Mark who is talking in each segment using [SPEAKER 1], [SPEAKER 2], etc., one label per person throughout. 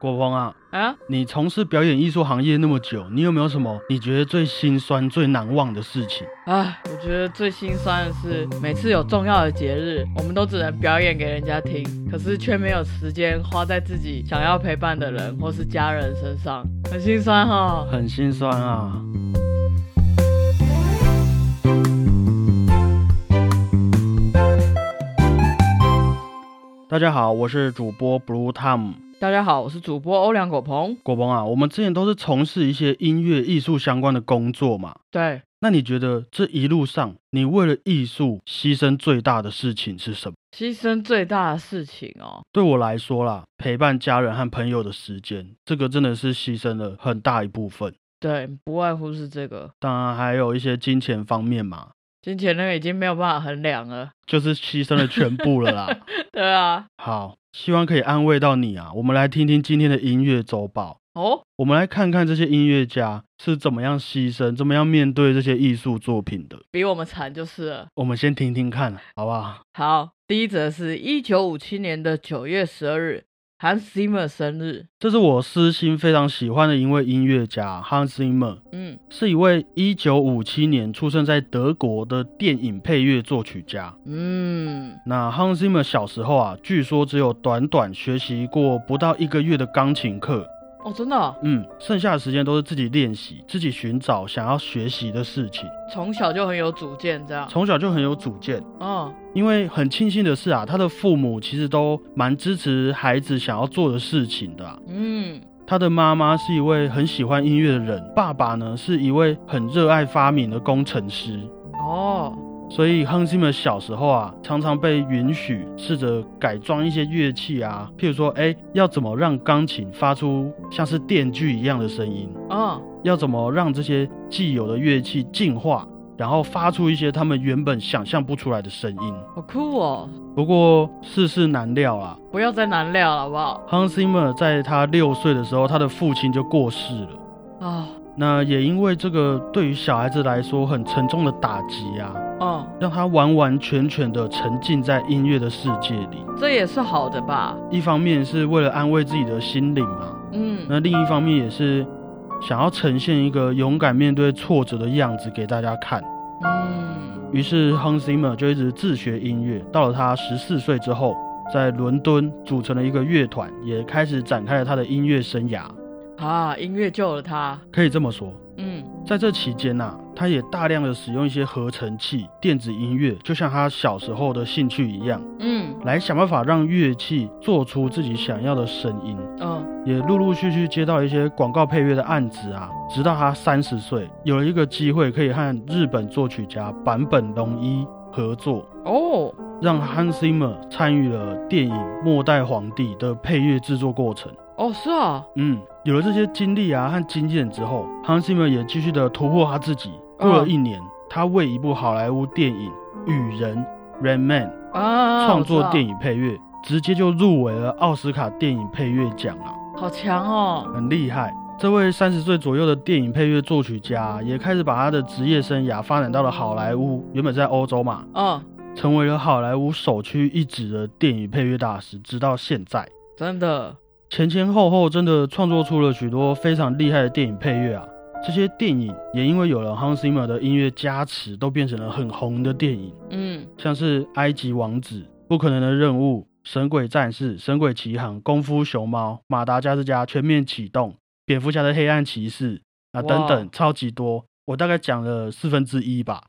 [SPEAKER 1] 国峰啊，
[SPEAKER 2] 啊，
[SPEAKER 1] 你从事表演艺术行业那么久，你有没有什么你觉得最心酸、最难忘的事情？
[SPEAKER 2] 唉，啊我觉得最心酸的是，每次有重要的节日，我们都只能表演给人家听，可是却没有时间花在自己想要陪伴的人或是家人身上，很心酸哈、
[SPEAKER 1] 很心酸啊。大家好，我是主播 Blue Tom
[SPEAKER 2] 大家好，我是主播欧良果鹏。
[SPEAKER 1] 国鹏啊。我们之前都是从事一些音乐艺术相关的工作嘛。
[SPEAKER 2] 对，
[SPEAKER 1] 那你觉得这一路上，你为了艺术牺牲最大的事情是什么？
[SPEAKER 2] 牺牲最大的事情哦，
[SPEAKER 1] 对我来说啦，陪伴家人和朋友的时间，这个真的是牺牲了很大一部分。
[SPEAKER 2] 对，不外乎是这个。
[SPEAKER 1] 当然还有一些金钱方面嘛，
[SPEAKER 2] 金钱那个已经没有办法衡量了。
[SPEAKER 1] 就是牺牲了全部了啦。
[SPEAKER 2] 对啊，
[SPEAKER 1] 好，希望可以安慰到你啊。我们来听听今天的音乐周报，
[SPEAKER 2] 哦，
[SPEAKER 1] 我们来看看这些音乐家是怎么样牺牲、怎么样面对这些艺术作品的。
[SPEAKER 2] 比我们惨就是了。
[SPEAKER 1] 我们先听听看，啊好不好？
[SPEAKER 2] 好，第一则是一九五七年的九月十二日，韩 Zimmer 生日。
[SPEAKER 1] 这是我私心非常喜欢的一位音乐家 Hans Zimmer，
[SPEAKER 2] 嗯
[SPEAKER 1] 是一位1957年出生在德国的电影配乐作曲家。
[SPEAKER 2] 嗯，
[SPEAKER 1] 那 Hans Zimmer 小时候啊，据说只有短短学习过不到一个月的钢琴课，
[SPEAKER 2] 哦，真的哦、
[SPEAKER 1] 嗯，剩下的时间都是自己练习，自己寻找想要学习的事情。
[SPEAKER 2] 从小就很有主见，这样。
[SPEAKER 1] 从小就很有主见，
[SPEAKER 2] 嗯
[SPEAKER 1] 因为很庆幸的是啊，他的父母其实都蛮支持孩子想要做的事情的、啊。
[SPEAKER 2] 嗯，
[SPEAKER 1] 他的妈妈是一位很喜欢音乐的人，爸爸呢是一位很热爱发明的工程师。
[SPEAKER 2] 哦，
[SPEAKER 1] 所以亨西们小时候啊，常常被允许试着改装一些乐器啊，譬如说，哎，要怎么让钢琴发出像是电锯一样的声音，
[SPEAKER 2] 嗯，
[SPEAKER 1] 要怎么让这些既有的乐器进化，然后发出一些他们原本想象不出来的声音。
[SPEAKER 2] 好酷哦！
[SPEAKER 1] 不过世事难料啦，
[SPEAKER 2] 不要再难料了，好不哦好？
[SPEAKER 1] 亨西们在他六岁的时候，他的父亲就过世了。
[SPEAKER 2] 啊，
[SPEAKER 1] 那也因为这个对于小孩子来说很沉重的打击啊，
[SPEAKER 2] 嗯，
[SPEAKER 1] 让他完完全全的沉浸在音乐的世界里。
[SPEAKER 2] 这也是好的吧？
[SPEAKER 1] 一方面是为了安慰自己的心灵嘛，
[SPEAKER 2] 嗯
[SPEAKER 1] 那另一方面也是想要呈现一个勇敢面对挫折的样子给大家看。
[SPEAKER 2] 嗯，
[SPEAKER 1] 于是 Hans Zimmer 就一直自学音乐，到了他十四岁之后，在伦敦组成了一个乐团，也开始展开了他的音乐生涯。
[SPEAKER 2] 啊，音乐救了他。
[SPEAKER 1] 可以这么说，
[SPEAKER 2] 嗯，
[SPEAKER 1] 在这期间呐、啊他也大量的使用一些合成器、电子音乐，就像他小时候的兴趣一样，
[SPEAKER 2] 嗯
[SPEAKER 1] 来想办法让乐器做出自己想要的声音。
[SPEAKER 2] 嗯，
[SPEAKER 1] 也陆陆续续接到一些广告配乐的案子啊，直到他三十岁，有了一个机会可以和日本作曲家坂本龙一合作，
[SPEAKER 2] 哦，
[SPEAKER 1] 让 Hans Zimmer 参与了电影《末代皇帝》的配乐制作过程。
[SPEAKER 2] 哦，是啊，
[SPEAKER 1] 嗯，有了这些经历啊和经验之后，Hans Zimmer 也继续的突破他自己。过了一年，他为一部好莱坞电影《雨人》（Rain Man）
[SPEAKER 2] 啊，
[SPEAKER 1] 创作电
[SPEAKER 2] 影，
[SPEAKER 1] 影配乐，直接就入围了奥斯卡电影配乐奖啊。
[SPEAKER 2] 好强哦。
[SPEAKER 1] 很厉害。这位三十岁左右的电影配乐作曲家，啊也开始把他的职业生涯发展到了好莱坞。原本在欧洲嘛，
[SPEAKER 2] 嗯，
[SPEAKER 1] 成为了好莱坞首屈一指的电影配乐大师，直到现在。
[SPEAKER 2] 真的，
[SPEAKER 1] 前前后后真的创作出了许多非常厉害的电影配乐啊！这些电影也因为有了 Hans Zimmer 的音乐加持，都变成了很红的电影，
[SPEAKER 2] 嗯
[SPEAKER 1] 像是《埃及王子》《不可能的任务》《神鬼战士》《神鬼奇航》《功夫熊猫》《马达加斯加》《全面启动》《蝙蝠侠的黑暗骑士》啊等等，
[SPEAKER 2] 哇哦
[SPEAKER 1] 超级多。我大概讲了四分之一吧。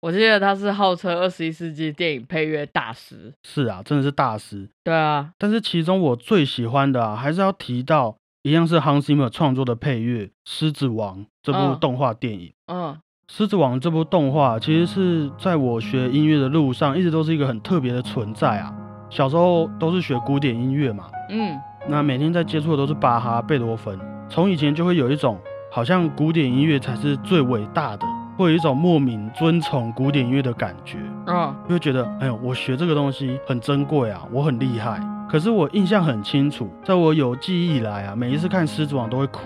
[SPEAKER 2] 我记得他是号称二十一世纪电影配乐大师。
[SPEAKER 1] 是啊，真的是大师。
[SPEAKER 2] 对啊，
[SPEAKER 1] 但是其中我最喜欢的啊，还是要提到一样是 Hans Zimmer 创作的配乐《狮子王》这部
[SPEAKER 2] 嗯
[SPEAKER 1] 动画电影。
[SPEAKER 2] 嗯
[SPEAKER 1] 狮子王》这部动画其实是在我学音乐的路上，一直都是一个很特别的存在啊。小时候都是学古典音乐嘛，
[SPEAKER 2] 嗯，
[SPEAKER 1] 那每天在接触的都是巴哈、贝多芬，从以前就会有一种好像古典音乐才是最伟大的，会有一种莫名尊崇古典音乐的感觉。
[SPEAKER 2] 嗯，
[SPEAKER 1] 就会觉得，哎呦，我学这个东西很珍贵啊，我很厉害。可是我印象很清楚，在我有记忆以来啊，每一次看《狮子王》都会哭。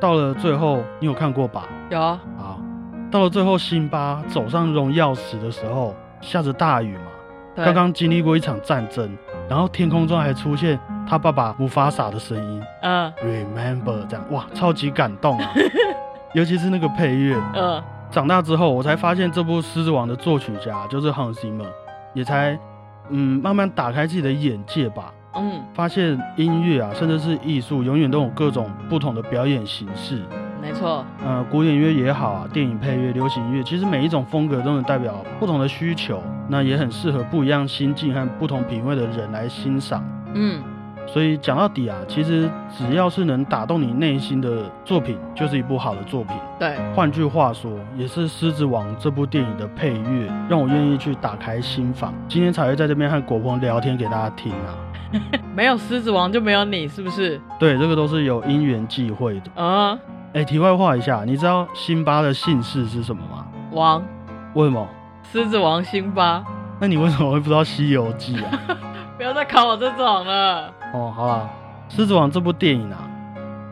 [SPEAKER 1] 到了最后，你有看过吧？
[SPEAKER 2] 有啊，
[SPEAKER 1] 啊，到了最后，辛巴走上荣耀石的时候，下着大雨嘛，
[SPEAKER 2] 对
[SPEAKER 1] 刚刚经历过一场战争，然后天空中还出现他爸爸姆法萨的声音
[SPEAKER 2] 嗯
[SPEAKER 1] ，Remember 这样，哇，超级感动啊！ 尤其是那个配乐，
[SPEAKER 2] 嗯
[SPEAKER 1] 长大之后我才发现这部《狮子王》的作曲家就是 Hans Zimmer，也才嗯慢慢打开自己的眼界吧。
[SPEAKER 2] 嗯，
[SPEAKER 1] 发现音乐啊，甚至是艺术，永远都有各种不同的表演形式。
[SPEAKER 2] 没错，
[SPEAKER 1] 呃，古典乐也好啊，电影配乐、流行音乐，其实每一种风格都能代表不同的需求，那也很适合不一样心境和不同品味的人来欣赏。
[SPEAKER 2] 嗯，
[SPEAKER 1] 所以讲到底啊，其实只要是能打动你内心的作品，就是一部好的作品。
[SPEAKER 2] 对，
[SPEAKER 1] 换句话说，也是《狮子王》这部电影的配乐，让我愿意去打开心房。今天才会在这边和果鹏聊天给大家听啊。
[SPEAKER 2] 没有狮子王就没有你，是不是？
[SPEAKER 1] 对，这个都是有因缘际会的。
[SPEAKER 2] 嗯，
[SPEAKER 1] 哎，题外话一下，你知道辛巴的姓氏是什么吗？
[SPEAKER 2] 王，
[SPEAKER 1] 为什么？
[SPEAKER 2] 狮子王辛巴，
[SPEAKER 1] 那你为什么会不知道《西游记》啊？
[SPEAKER 2] 不要再考我这种了。
[SPEAKER 1] 哦，好啦，《狮子王》这部电影啊，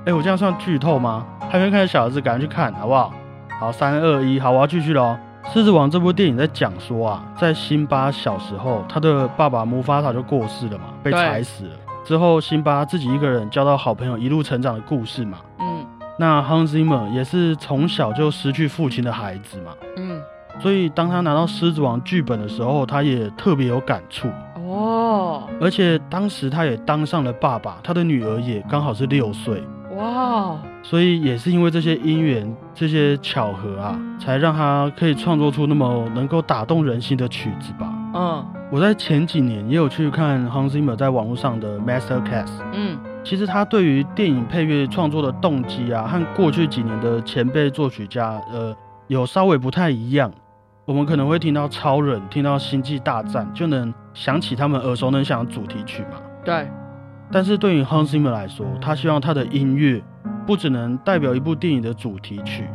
[SPEAKER 1] 哎，我这样算剧透吗？还没看的小孩子赶快去看好不好？好，三二一，好，我要继续喽。《狮子王》这部电影在讲说啊，在辛巴小时候，他的爸爸姆法塔就过世了嘛，被
[SPEAKER 2] 对
[SPEAKER 1] 踩死了。之后，辛巴自己一个人交到好朋友，一路成长的故事嘛。
[SPEAKER 2] 嗯
[SPEAKER 1] 那 Hans Zimmer 也是从小就失去父亲的孩子嘛，
[SPEAKER 2] 嗯，
[SPEAKER 1] 所以当他拿到《狮子王》剧本的时候，他也特别有感触。
[SPEAKER 2] 哦，
[SPEAKER 1] 而且当时他也当上了爸爸，他的女儿也刚好是六岁，
[SPEAKER 2] 哇，
[SPEAKER 1] 所以也是因为这些因缘、这些巧合啊，才让他可以创作出那么能够打动人心的曲子吧。
[SPEAKER 2] 嗯
[SPEAKER 1] 我在前几年也有去看 Hans Zimmer 在网络上的 Masterclass，
[SPEAKER 2] 嗯
[SPEAKER 1] 其实他对于电影配乐创作的动机啊，和过去几年的前辈作曲家，呃，有稍微不太一样。我们可能会听到超人，听到星际大战，就能想起他们耳熟能详的主题曲嘛。
[SPEAKER 2] 对，
[SPEAKER 1] 但是对于 Hans Zimmer 来说，他希望他的音乐不只能代表一部电影的主题曲，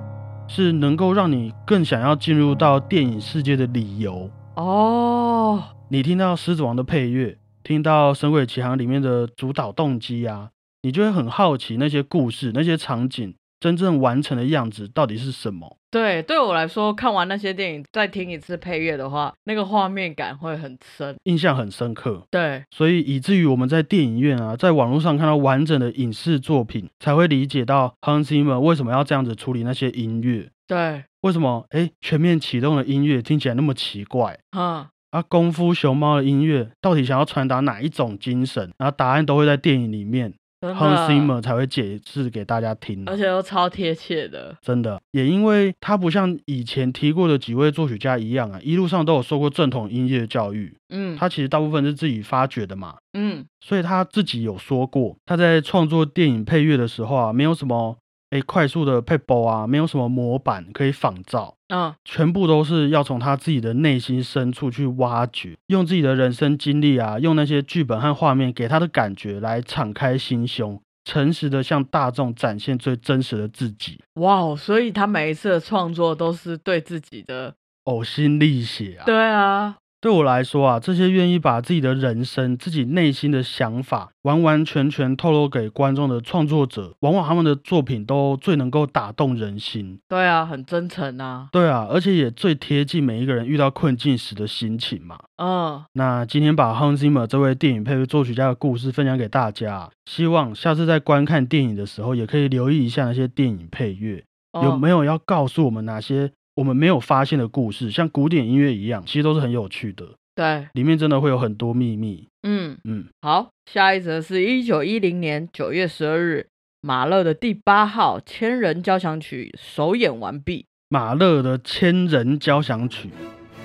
[SPEAKER 1] 是能够让你更想要进入到电影世界的理由。
[SPEAKER 2] 哦，
[SPEAKER 1] 你听到《狮子王》的配乐，听到《神鬼奇航》里面的主导动机啊，你就会很好奇那些故事、那些场景真正完成的样子到底是什么。
[SPEAKER 2] 对，对我来说，看完那些电影再听一次配乐的话，那个画面感会很深。
[SPEAKER 1] 印象很深刻，
[SPEAKER 2] 对，
[SPEAKER 1] 所以以至于我们在电影院啊，在网络上看到完整的影视作品，才会理解到 Hans Zimmer 为什么要这样子处理那些音乐。
[SPEAKER 2] 对，
[SPEAKER 1] 为什么？哎，全面启动的音乐听起来那么奇怪
[SPEAKER 2] 嗯，
[SPEAKER 1] 啊！功夫熊猫的音乐到底想要传达哪一种精神？然后答案都会在电影里面
[SPEAKER 2] 真
[SPEAKER 1] ，Hans
[SPEAKER 2] 的，
[SPEAKER 1] Zimmer 才会解释给大家听。
[SPEAKER 2] 而且都超贴切的。
[SPEAKER 1] 真的，也因为他不像以前提过的几位作曲家一样啊，一路上都有受过正统音乐教育，
[SPEAKER 2] 嗯
[SPEAKER 1] 他其实大部分是自己发掘的嘛。
[SPEAKER 2] 嗯
[SPEAKER 1] 所以他自己有说过，他在创作电影配乐的时候啊，没有什么哎快速的配播啊，没有什么模板可以仿照，
[SPEAKER 2] 嗯，
[SPEAKER 1] 全部都是要从他自己的内心深处去挖掘，用自己的人生经历啊，用那些剧本和画面给他的感觉来敞开心胸，诚实的向大众展现最真实的自己，
[SPEAKER 2] 哇哦，所以他每一次的创作都是对自己的。
[SPEAKER 1] 呕心沥血啊！
[SPEAKER 2] 对啊，
[SPEAKER 1] 对我来说啊，这些愿意把自己的人生、自己内心的想法完完全全透露给观众的创作者，往往他们的作品都最能够打动人心。
[SPEAKER 2] 对啊，很真诚啊。
[SPEAKER 1] 对啊，而且也最贴近每一个人遇到困境时的心情嘛。
[SPEAKER 2] 嗯，
[SPEAKER 1] 那今天把 Hans Zimmer 这位电影配乐作曲家的故事分享给大家，希望下次在观看电影的时候，也可以留意一下那些电影配乐、
[SPEAKER 2] 哦
[SPEAKER 1] 有没有要告诉我们哪些我们没有发现的故事，像古典音乐一样，其实都是很有趣的，
[SPEAKER 2] 对，
[SPEAKER 1] 里面真的会有很多秘密。
[SPEAKER 2] 嗯。
[SPEAKER 1] 嗯，
[SPEAKER 2] 好，下一则是一九一零年九月十二日，马勒的第八号《千人交响曲》首演完毕。
[SPEAKER 1] 马勒的《千人交响曲》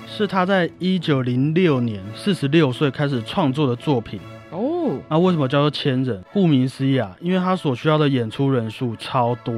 [SPEAKER 1] 是他在一九零六年四十六岁开始创作的作品。
[SPEAKER 2] 哦，
[SPEAKER 1] 那为什么叫做千人？顾名思义啊，因为他所需要的演出人数超多。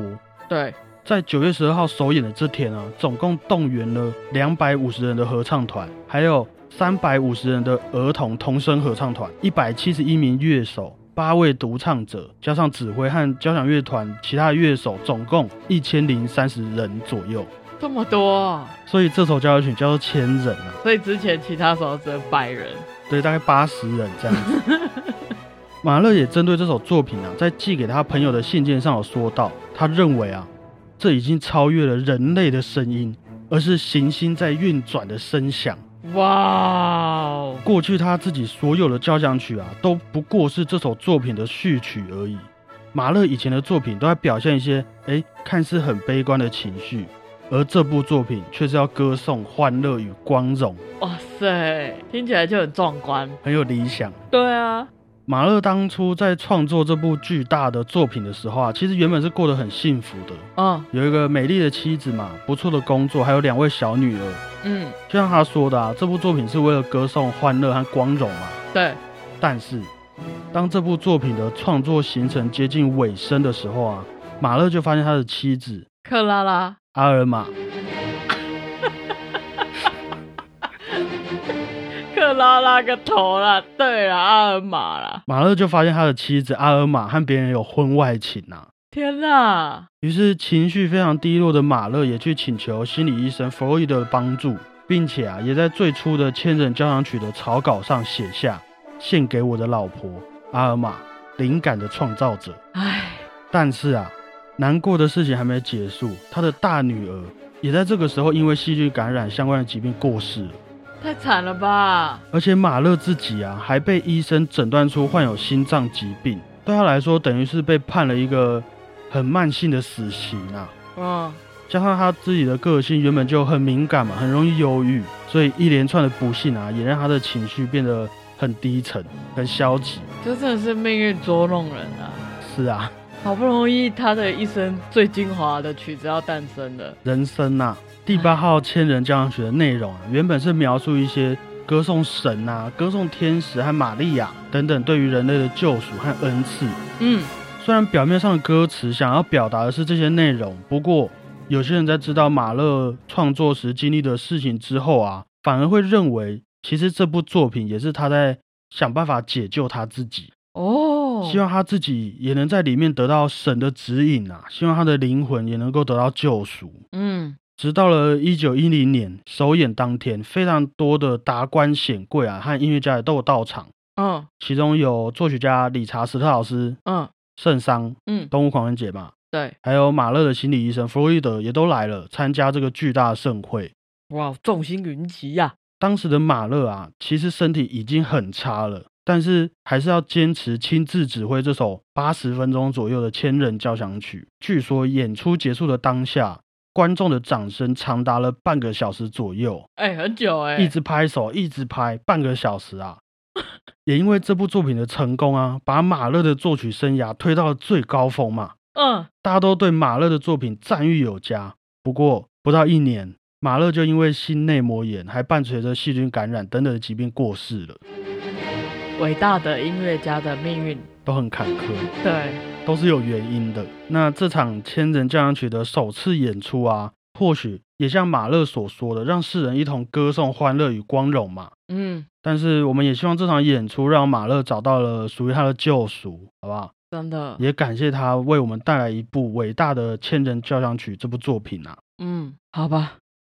[SPEAKER 2] 对，
[SPEAKER 1] 在九月十二号首演的这天啊，总共动员了两百五十人的合唱团，还有三百五十人的儿童童声合唱团，一百七十一名乐手，八位独唱者，加上指挥和交响乐团其他的乐手，总共一千零三十人左右。
[SPEAKER 2] 这么多啊，
[SPEAKER 1] 所以这首交响曲叫做《千人》啊，
[SPEAKER 2] 所以之前其他时候只有百人。
[SPEAKER 1] 对，大概八十人这样子。马勒也针对这首作品啊，在寄给他朋友的信件上有说到，他认为啊，这已经超越了人类的声音，而是行星在运转的声响，
[SPEAKER 2] 哇哦，
[SPEAKER 1] 过去他自己所有的交响曲啊，都不过是这首作品的序曲而已。马勒以前的作品都在表现一些哎看似很悲观的情绪，而这部作品却是要歌颂欢乐与光荣，
[SPEAKER 2] 哇塞，听起来就很壮观。
[SPEAKER 1] 很有理想。
[SPEAKER 2] 对啊，
[SPEAKER 1] 马勒当初在创作这部巨大的作品的时候啊，其实原本是过得很幸福的，
[SPEAKER 2] 嗯
[SPEAKER 1] 有一个美丽的妻子嘛，不错的工作，还有两位小女儿。
[SPEAKER 2] 嗯，
[SPEAKER 1] 就像他说的啊，这部作品是为了歌颂欢乐和光荣嘛。
[SPEAKER 2] 对，
[SPEAKER 1] 但是，当这部作品的创作行程接近尾声的时候啊，马勒就发现他的妻子
[SPEAKER 2] 克拉拉，
[SPEAKER 1] 阿尔玛
[SPEAKER 2] 克拉拉个头啦，对啦，阿尔玛啦，
[SPEAKER 1] 马勒就发现他的妻子阿尔玛和别人有婚外情啊呐、
[SPEAKER 2] 天哪，
[SPEAKER 1] 于是情绪非常低落的马勒也去请求心理医生弗洛伊德的帮助，并且啊，也在最初的《千人交响曲》的草稿上写下“献给我的老婆阿尔玛，灵感的创造者”。
[SPEAKER 2] 唉，
[SPEAKER 1] 但是啊，难过的事情还没结束，他的大女儿也在这个时候因为细菌感染相关的疾病过世了。
[SPEAKER 2] 太惨了吧？
[SPEAKER 1] 而且马勒自己啊，还被医生诊断出患有心脏疾病，对他来说等于是被判了一个很慢性的死刑啊。
[SPEAKER 2] 嗯，
[SPEAKER 1] 加上他自己的个性原本就很敏感嘛，很容易忧郁，所以一连串的不幸啊，也让他的情绪变得很低沉、很消极。
[SPEAKER 2] 这真的是命运捉弄人啊！
[SPEAKER 1] 是啊，
[SPEAKER 2] 好不容易他的一生最精华的曲子要诞生了，
[SPEAKER 1] 人生呐、第八号千人交响曲的内容啊，原本是描述一些歌颂神啊、歌颂天使和玛利亚等等对于人类的救赎和恩赐。
[SPEAKER 2] 嗯，
[SPEAKER 1] 虽然表面上的歌词想要表达的是这些内容，不过有些人在知道马勒创作时经历的事情之后啊，反而会认为其实这部作品也是他在想办法解救他自己，
[SPEAKER 2] 哦，
[SPEAKER 1] 希望他自己也能在里面得到神的指引啊，希望他的灵魂也能够得到救赎。
[SPEAKER 2] 嗯，
[SPEAKER 1] 直到了一九一零年首演当天，非常多的达官显贵啊和音乐家也都有到场，
[SPEAKER 2] 嗯
[SPEAKER 1] 其中有作曲家理查·斯特劳斯、
[SPEAKER 2] 嗯
[SPEAKER 1] 圣桑、
[SPEAKER 2] 嗯，
[SPEAKER 1] 动物狂人节嘛，
[SPEAKER 2] 对，
[SPEAKER 1] 还有马勒的心理医生弗洛伊德也都来了，参加这个巨大的盛会。
[SPEAKER 2] 哇，众星云集啊呀、
[SPEAKER 1] 当时的马勒啊，其实身体已经很差了，但是还是要坚持亲自指挥这首八十分钟左右的千人交响曲。据说演出结束的当下，观众的掌声长达了半个小时左右，
[SPEAKER 2] 哎、很久哎、
[SPEAKER 1] 一直拍手，一直拍，半个小时啊。 也因为这部作品的成功啊，把马勒的作曲生涯推到了最高峰嘛。
[SPEAKER 2] 嗯，
[SPEAKER 1] 大家都对马勒的作品赞誉有加。不过不到一年，马勒就因为心内膜炎，还伴随着细菌感染等等的疾病过世了，
[SPEAKER 2] 伟大的音乐家的命运，
[SPEAKER 1] 都很坎坷，
[SPEAKER 2] 对，
[SPEAKER 1] 都是有原因的。那这场千人交响曲的首次演出啊，或许也像马勒所说的，让世人一同歌颂欢乐与光荣嘛。
[SPEAKER 2] 嗯，
[SPEAKER 1] 但是我们也希望这场演出让马勒找到了属于他的救赎，好不好？
[SPEAKER 2] 真的，
[SPEAKER 1] 也感谢他为我们带来一部伟大的《千人交响曲》这部作品啊。
[SPEAKER 2] 嗯，好吧。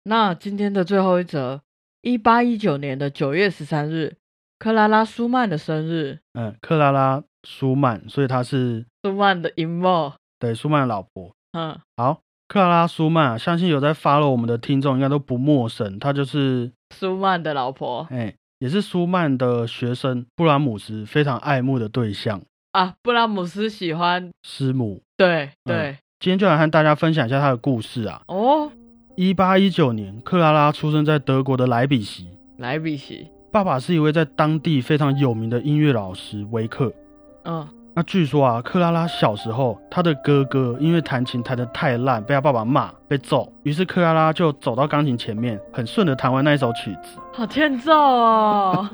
[SPEAKER 2] 那今天的最后一则，一八一九年的九月十三日，克拉拉·舒曼的生日，
[SPEAKER 1] 嗯，克拉拉·舒曼，所以她是
[SPEAKER 2] 舒曼的 emo，
[SPEAKER 1] 对舒曼的老婆。
[SPEAKER 2] 嗯，
[SPEAKER 1] 好，克拉拉·舒曼啊，相信有在 follow 我们的听众应该都不陌生，她就是
[SPEAKER 2] 舒曼的老婆
[SPEAKER 1] 哎，也是舒曼的学生布拉姆斯非常爱慕的对象
[SPEAKER 2] 啊，布拉姆斯喜欢，
[SPEAKER 1] 师母。
[SPEAKER 2] 对
[SPEAKER 1] 嗯
[SPEAKER 2] 对、
[SPEAKER 1] 今天就来和大家分享一下她的故事啊。
[SPEAKER 2] 哦，
[SPEAKER 1] 一八一九年，克拉拉出生在德国的莱比锡，
[SPEAKER 2] 莱比锡，
[SPEAKER 1] 爸爸是一位在当地非常有名的音乐老师维克。
[SPEAKER 2] 嗯，
[SPEAKER 1] 那据说啊，克拉拉小时候，她的哥哥因为弹琴弹得太烂，被她爸爸骂，被揍。于是克拉拉就走到钢琴前面，很顺的弹完那一首曲子。
[SPEAKER 2] 好欠 揍哦，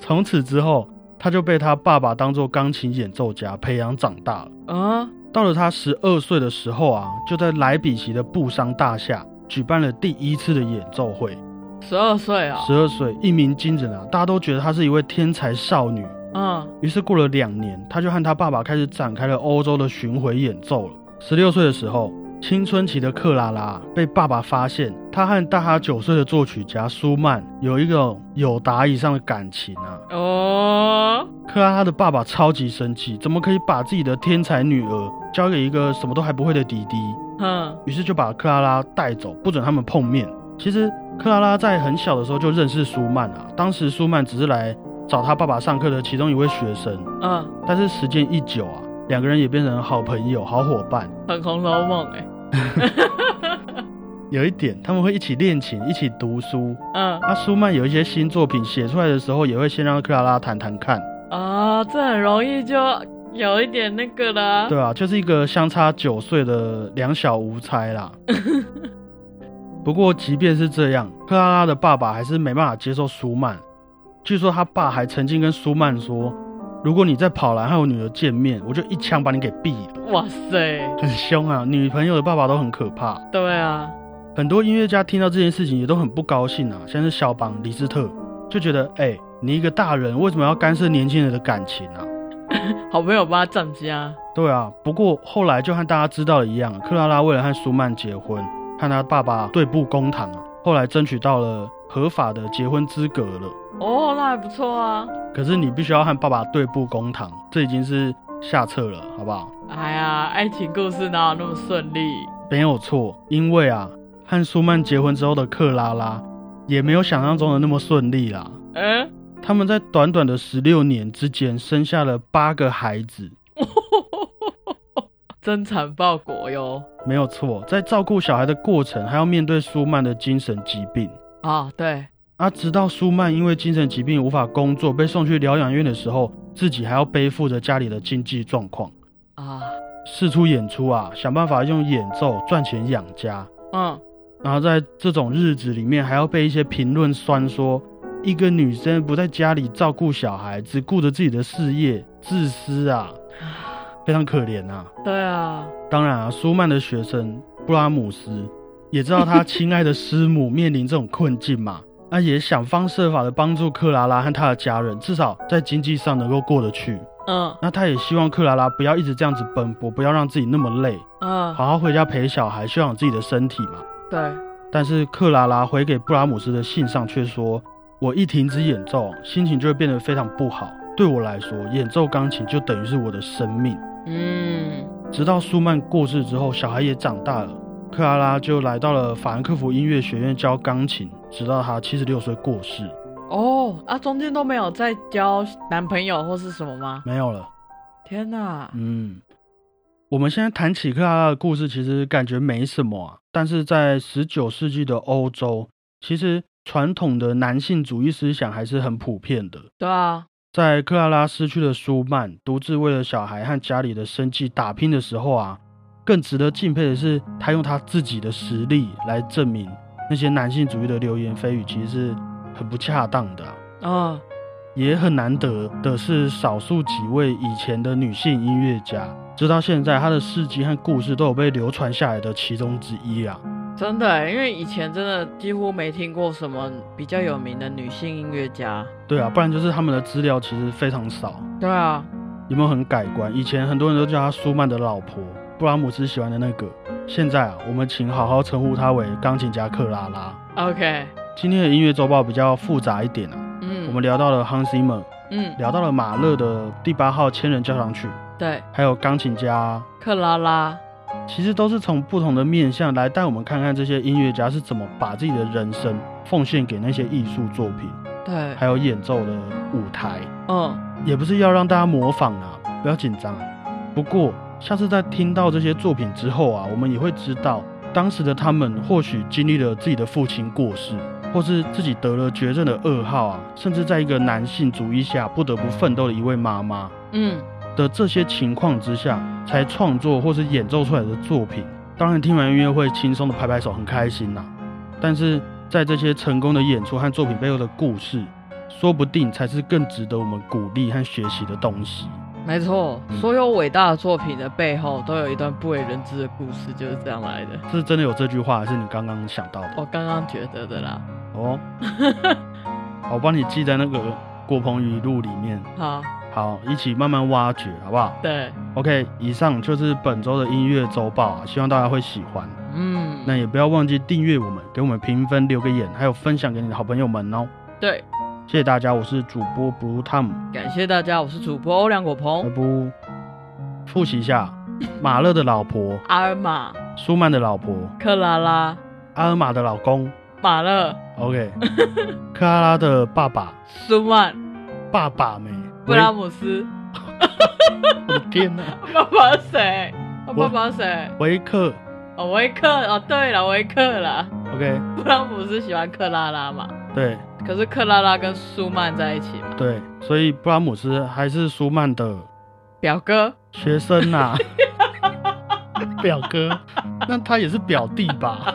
[SPEAKER 1] 从此之后，她就被她爸爸当做钢琴演奏家培养长大了。
[SPEAKER 2] 嗯，
[SPEAKER 1] 到了她十二岁的时候啊，就在莱比锡的布商大厦举办了第一次的演奏会。
[SPEAKER 2] 十二岁哦，
[SPEAKER 1] 十二岁，一鸣惊人啊！大家都觉得她是一位天才少女。
[SPEAKER 2] 嗯，
[SPEAKER 1] 于是过了两年，他就和他爸爸开始展开了欧洲的巡回演奏了。十六岁的时候，青春期的克拉拉被爸爸发现，他和大他九岁的作曲家舒曼有一种有达以上的感情啊。
[SPEAKER 2] 哦，
[SPEAKER 1] 克拉拉的爸爸超级生气，怎么可以把自己的天才女儿交给一个什么都还不会的弟弟？
[SPEAKER 2] 嗯，
[SPEAKER 1] 于是就把克拉拉带走，不准他们碰面。其实克拉拉在很小的时候就认识舒曼啊，当时舒曼只是来找他爸爸上课的其中一位学生，
[SPEAKER 2] 嗯，
[SPEAKER 1] 但是时间一久啊，两个人也变成好朋友、好伙伴。
[SPEAKER 2] 很红楼梦哎、
[SPEAKER 1] 有一点，他们会一起练琴，一起读书。
[SPEAKER 2] 嗯
[SPEAKER 1] 啊，舒曼有一些新作品写出来的时候，也会先让克拉拉弹弹看。
[SPEAKER 2] 啊、这很容易就有一点那个啦。
[SPEAKER 1] 对啊，就是一个相差九岁的两小无猜啦。不过，即便是这样，克拉拉的爸爸还是没办法接受舒曼。据说他爸还曾经跟舒曼说：“如果你再跑来和我女儿见面，我就一枪把你给毙了。
[SPEAKER 2] 哇塞，”
[SPEAKER 1] 很凶啊！女朋友的爸爸都很可怕。
[SPEAKER 2] 对啊，
[SPEAKER 1] 很多音乐家听到这件事情也都很不高兴啊，像是肖邦、李斯特，就觉得：“哎、你一个大人为什么要干涉年轻人的感情啊？”
[SPEAKER 2] 好朋友帮他站家。
[SPEAKER 1] 对啊，不过后来就和大家知道的一样，克拉拉为了和舒曼结婚，和他爸爸对簿公堂啊，后来争取到了合法的结婚资格了。
[SPEAKER 2] 哦，那还不错啊。
[SPEAKER 1] 可是你必须要和爸爸对簿公堂，这已经是下策了，好不好？
[SPEAKER 2] 哎呀，爱情故事哪有那么顺利？
[SPEAKER 1] 没有错，因为啊，和舒曼结婚之后的克拉拉也没有想象中的那么顺利啦。
[SPEAKER 2] 嗯，
[SPEAKER 1] 他们在短短的十六年之间生下了八个孩子，
[SPEAKER 2] 真惨报国哟。
[SPEAKER 1] 没有错，在照顾小孩的过程还要面对舒曼的精神疾病。
[SPEAKER 2] 啊，对，
[SPEAKER 1] 啊，直到舒曼因为精神疾病无法工作，被送去疗养院的时候，自己还要背负着家里的经济状况，
[SPEAKER 2] 啊，
[SPEAKER 1] 四处演出啊，想办法用演奏赚钱养家。
[SPEAKER 2] 嗯，
[SPEAKER 1] 然后在这种日子里面，还要被一些评论酸说，一个女生不在家里照顾小孩，只顾着自己的事业，自私啊，非常可怜啊。
[SPEAKER 2] 对啊，
[SPEAKER 1] 当然啊，舒曼的学生布拉姆斯也知道他亲爱的师母面临这种困境嘛，那也想方设法的帮助克拉拉和他的家人，至少在经济上能够过得去。
[SPEAKER 2] 嗯
[SPEAKER 1] 那他也希望克拉拉不要一直这样子奔波，不要让自己那么累，
[SPEAKER 2] 嗯，
[SPEAKER 1] 好好回家陪小孩，休养自己的身体嘛。
[SPEAKER 2] 对，
[SPEAKER 1] 但是克拉拉回给布拉姆斯的信上却说：“我一停止演奏，心情就会变得非常不好。对我来说，演奏钢琴就等于是我的生命。”
[SPEAKER 2] 嗯，
[SPEAKER 1] 直到舒曼过世之后，小孩也长大了，克拉拉就来到了法兰克福音乐学院教钢琴，直到她七十六岁过世。
[SPEAKER 2] 哦，啊，中间都没有再交男朋友或是什么吗？
[SPEAKER 1] 没有了，
[SPEAKER 2] 天哪，
[SPEAKER 1] 嗯。我们现在谈起克拉拉的故事，其实感觉没什么啊，但是在十九世纪的欧洲，其实传统的男性主义思想还是很普遍的。
[SPEAKER 2] 对啊，
[SPEAKER 1] 在克拉拉失去了舒曼，独自为了小孩和家里的生计打拼的时候啊，更值得敬佩的是，他用他自己的实力来证明那些男性主义的流言蜚语其实是很不恰当的啊、
[SPEAKER 2] 嗯
[SPEAKER 1] 也很难得的是，少数几位以前的女性音乐家，直到现在，她的事迹和故事都有被流传下来的其中之一啊。
[SPEAKER 2] 真的欸，因为以前真的几乎没听过什么比较有名的女性音乐家。
[SPEAKER 1] 对啊，不然就是他们的资料其实非常少。
[SPEAKER 2] 对啊，
[SPEAKER 1] 有没有很改观？以前很多人都叫她舒曼的老婆，布拉姆斯喜欢的那个。现在啊，我们请好好称呼她为钢琴家克拉拉。
[SPEAKER 2] OK，
[SPEAKER 1] 今天的音乐周报比较复杂一点啊，
[SPEAKER 2] 嗯，
[SPEAKER 1] 我们聊到了 Hans Zimmer，
[SPEAKER 2] 嗯，
[SPEAKER 1] 聊到了马勒的第八号千人交响曲，
[SPEAKER 2] 对，
[SPEAKER 1] 还有钢琴家，
[SPEAKER 2] 克拉拉，
[SPEAKER 1] 其实都是从不同的面向来带我们看看这些音乐家是怎么把自己的人生奉献给那些艺术作品，
[SPEAKER 2] 对，
[SPEAKER 1] 还有演奏的舞台。
[SPEAKER 2] 嗯，
[SPEAKER 1] 也不是要让大家模仿啊，不要紧张啊。不过下次在听到这些作品之后啊，我们也会知道，当时的他们或许经历了自己的父亲过世，或是自己得了绝症的噩耗啊，甚至在一个男性主义下不得不奋斗的一位妈妈
[SPEAKER 2] 嗯，
[SPEAKER 1] 的这些情况之下，才创作或是演奏出来的作品。当然，听完音乐会轻松的拍拍手，很开心呐、啊但是在这些成功的演出和作品背后的故事，说不定才是更值得我们鼓励和学习的东西。
[SPEAKER 2] 没错，
[SPEAKER 1] 嗯
[SPEAKER 2] 所有伟大的作品的背后都有一段不为人知的故事，就是这样来的。
[SPEAKER 1] 是真的有这句话，还是你刚刚想到的？
[SPEAKER 2] 我刚刚觉得的啦。
[SPEAKER 1] 哦，好我帮你记在那个郭鹏语录里面，
[SPEAKER 2] 好，
[SPEAKER 1] 好，一起慢慢挖掘，好不好
[SPEAKER 2] 对，
[SPEAKER 1] ？OK，以上就是本周的音乐周报啊，希望大家会喜欢。
[SPEAKER 2] 嗯，
[SPEAKER 1] 那也不要忘记订阅我们，给我们评分、留个言，还有分享给你的好朋友们哦。
[SPEAKER 2] 对，
[SPEAKER 1] 谢谢大家，我是主播 Blue Tom，
[SPEAKER 2] 感谢大家，我是主播欧良
[SPEAKER 1] 要
[SPEAKER 2] 果鹏，
[SPEAKER 1] 不复习一下马勒的老婆、
[SPEAKER 2] 阿尔玛，
[SPEAKER 1] 舒曼的老婆、
[SPEAKER 2] 克拉拉，
[SPEAKER 1] 阿尔玛的老公、
[SPEAKER 2] 马勒、
[SPEAKER 1] OK，克拉拉的爸爸，
[SPEAKER 2] 舒曼、
[SPEAKER 1] 爸爸没？
[SPEAKER 2] 布拉姆斯，
[SPEAKER 1] 我的天哪！
[SPEAKER 2] 爸爸是谁？他爸
[SPEAKER 1] 我
[SPEAKER 2] 爸是谁？
[SPEAKER 1] 维克
[SPEAKER 2] 哦，维克哦，对了，维克啦。
[SPEAKER 1] ，OK，
[SPEAKER 2] 布拉姆斯喜欢克拉拉嘛？
[SPEAKER 1] 对
[SPEAKER 2] 可是克拉拉跟舒曼在一起嘛？
[SPEAKER 1] 对，所以布拉姆斯还是舒曼的啊
[SPEAKER 2] 表哥，
[SPEAKER 1] 学生呐、表哥，那他也是表弟吧？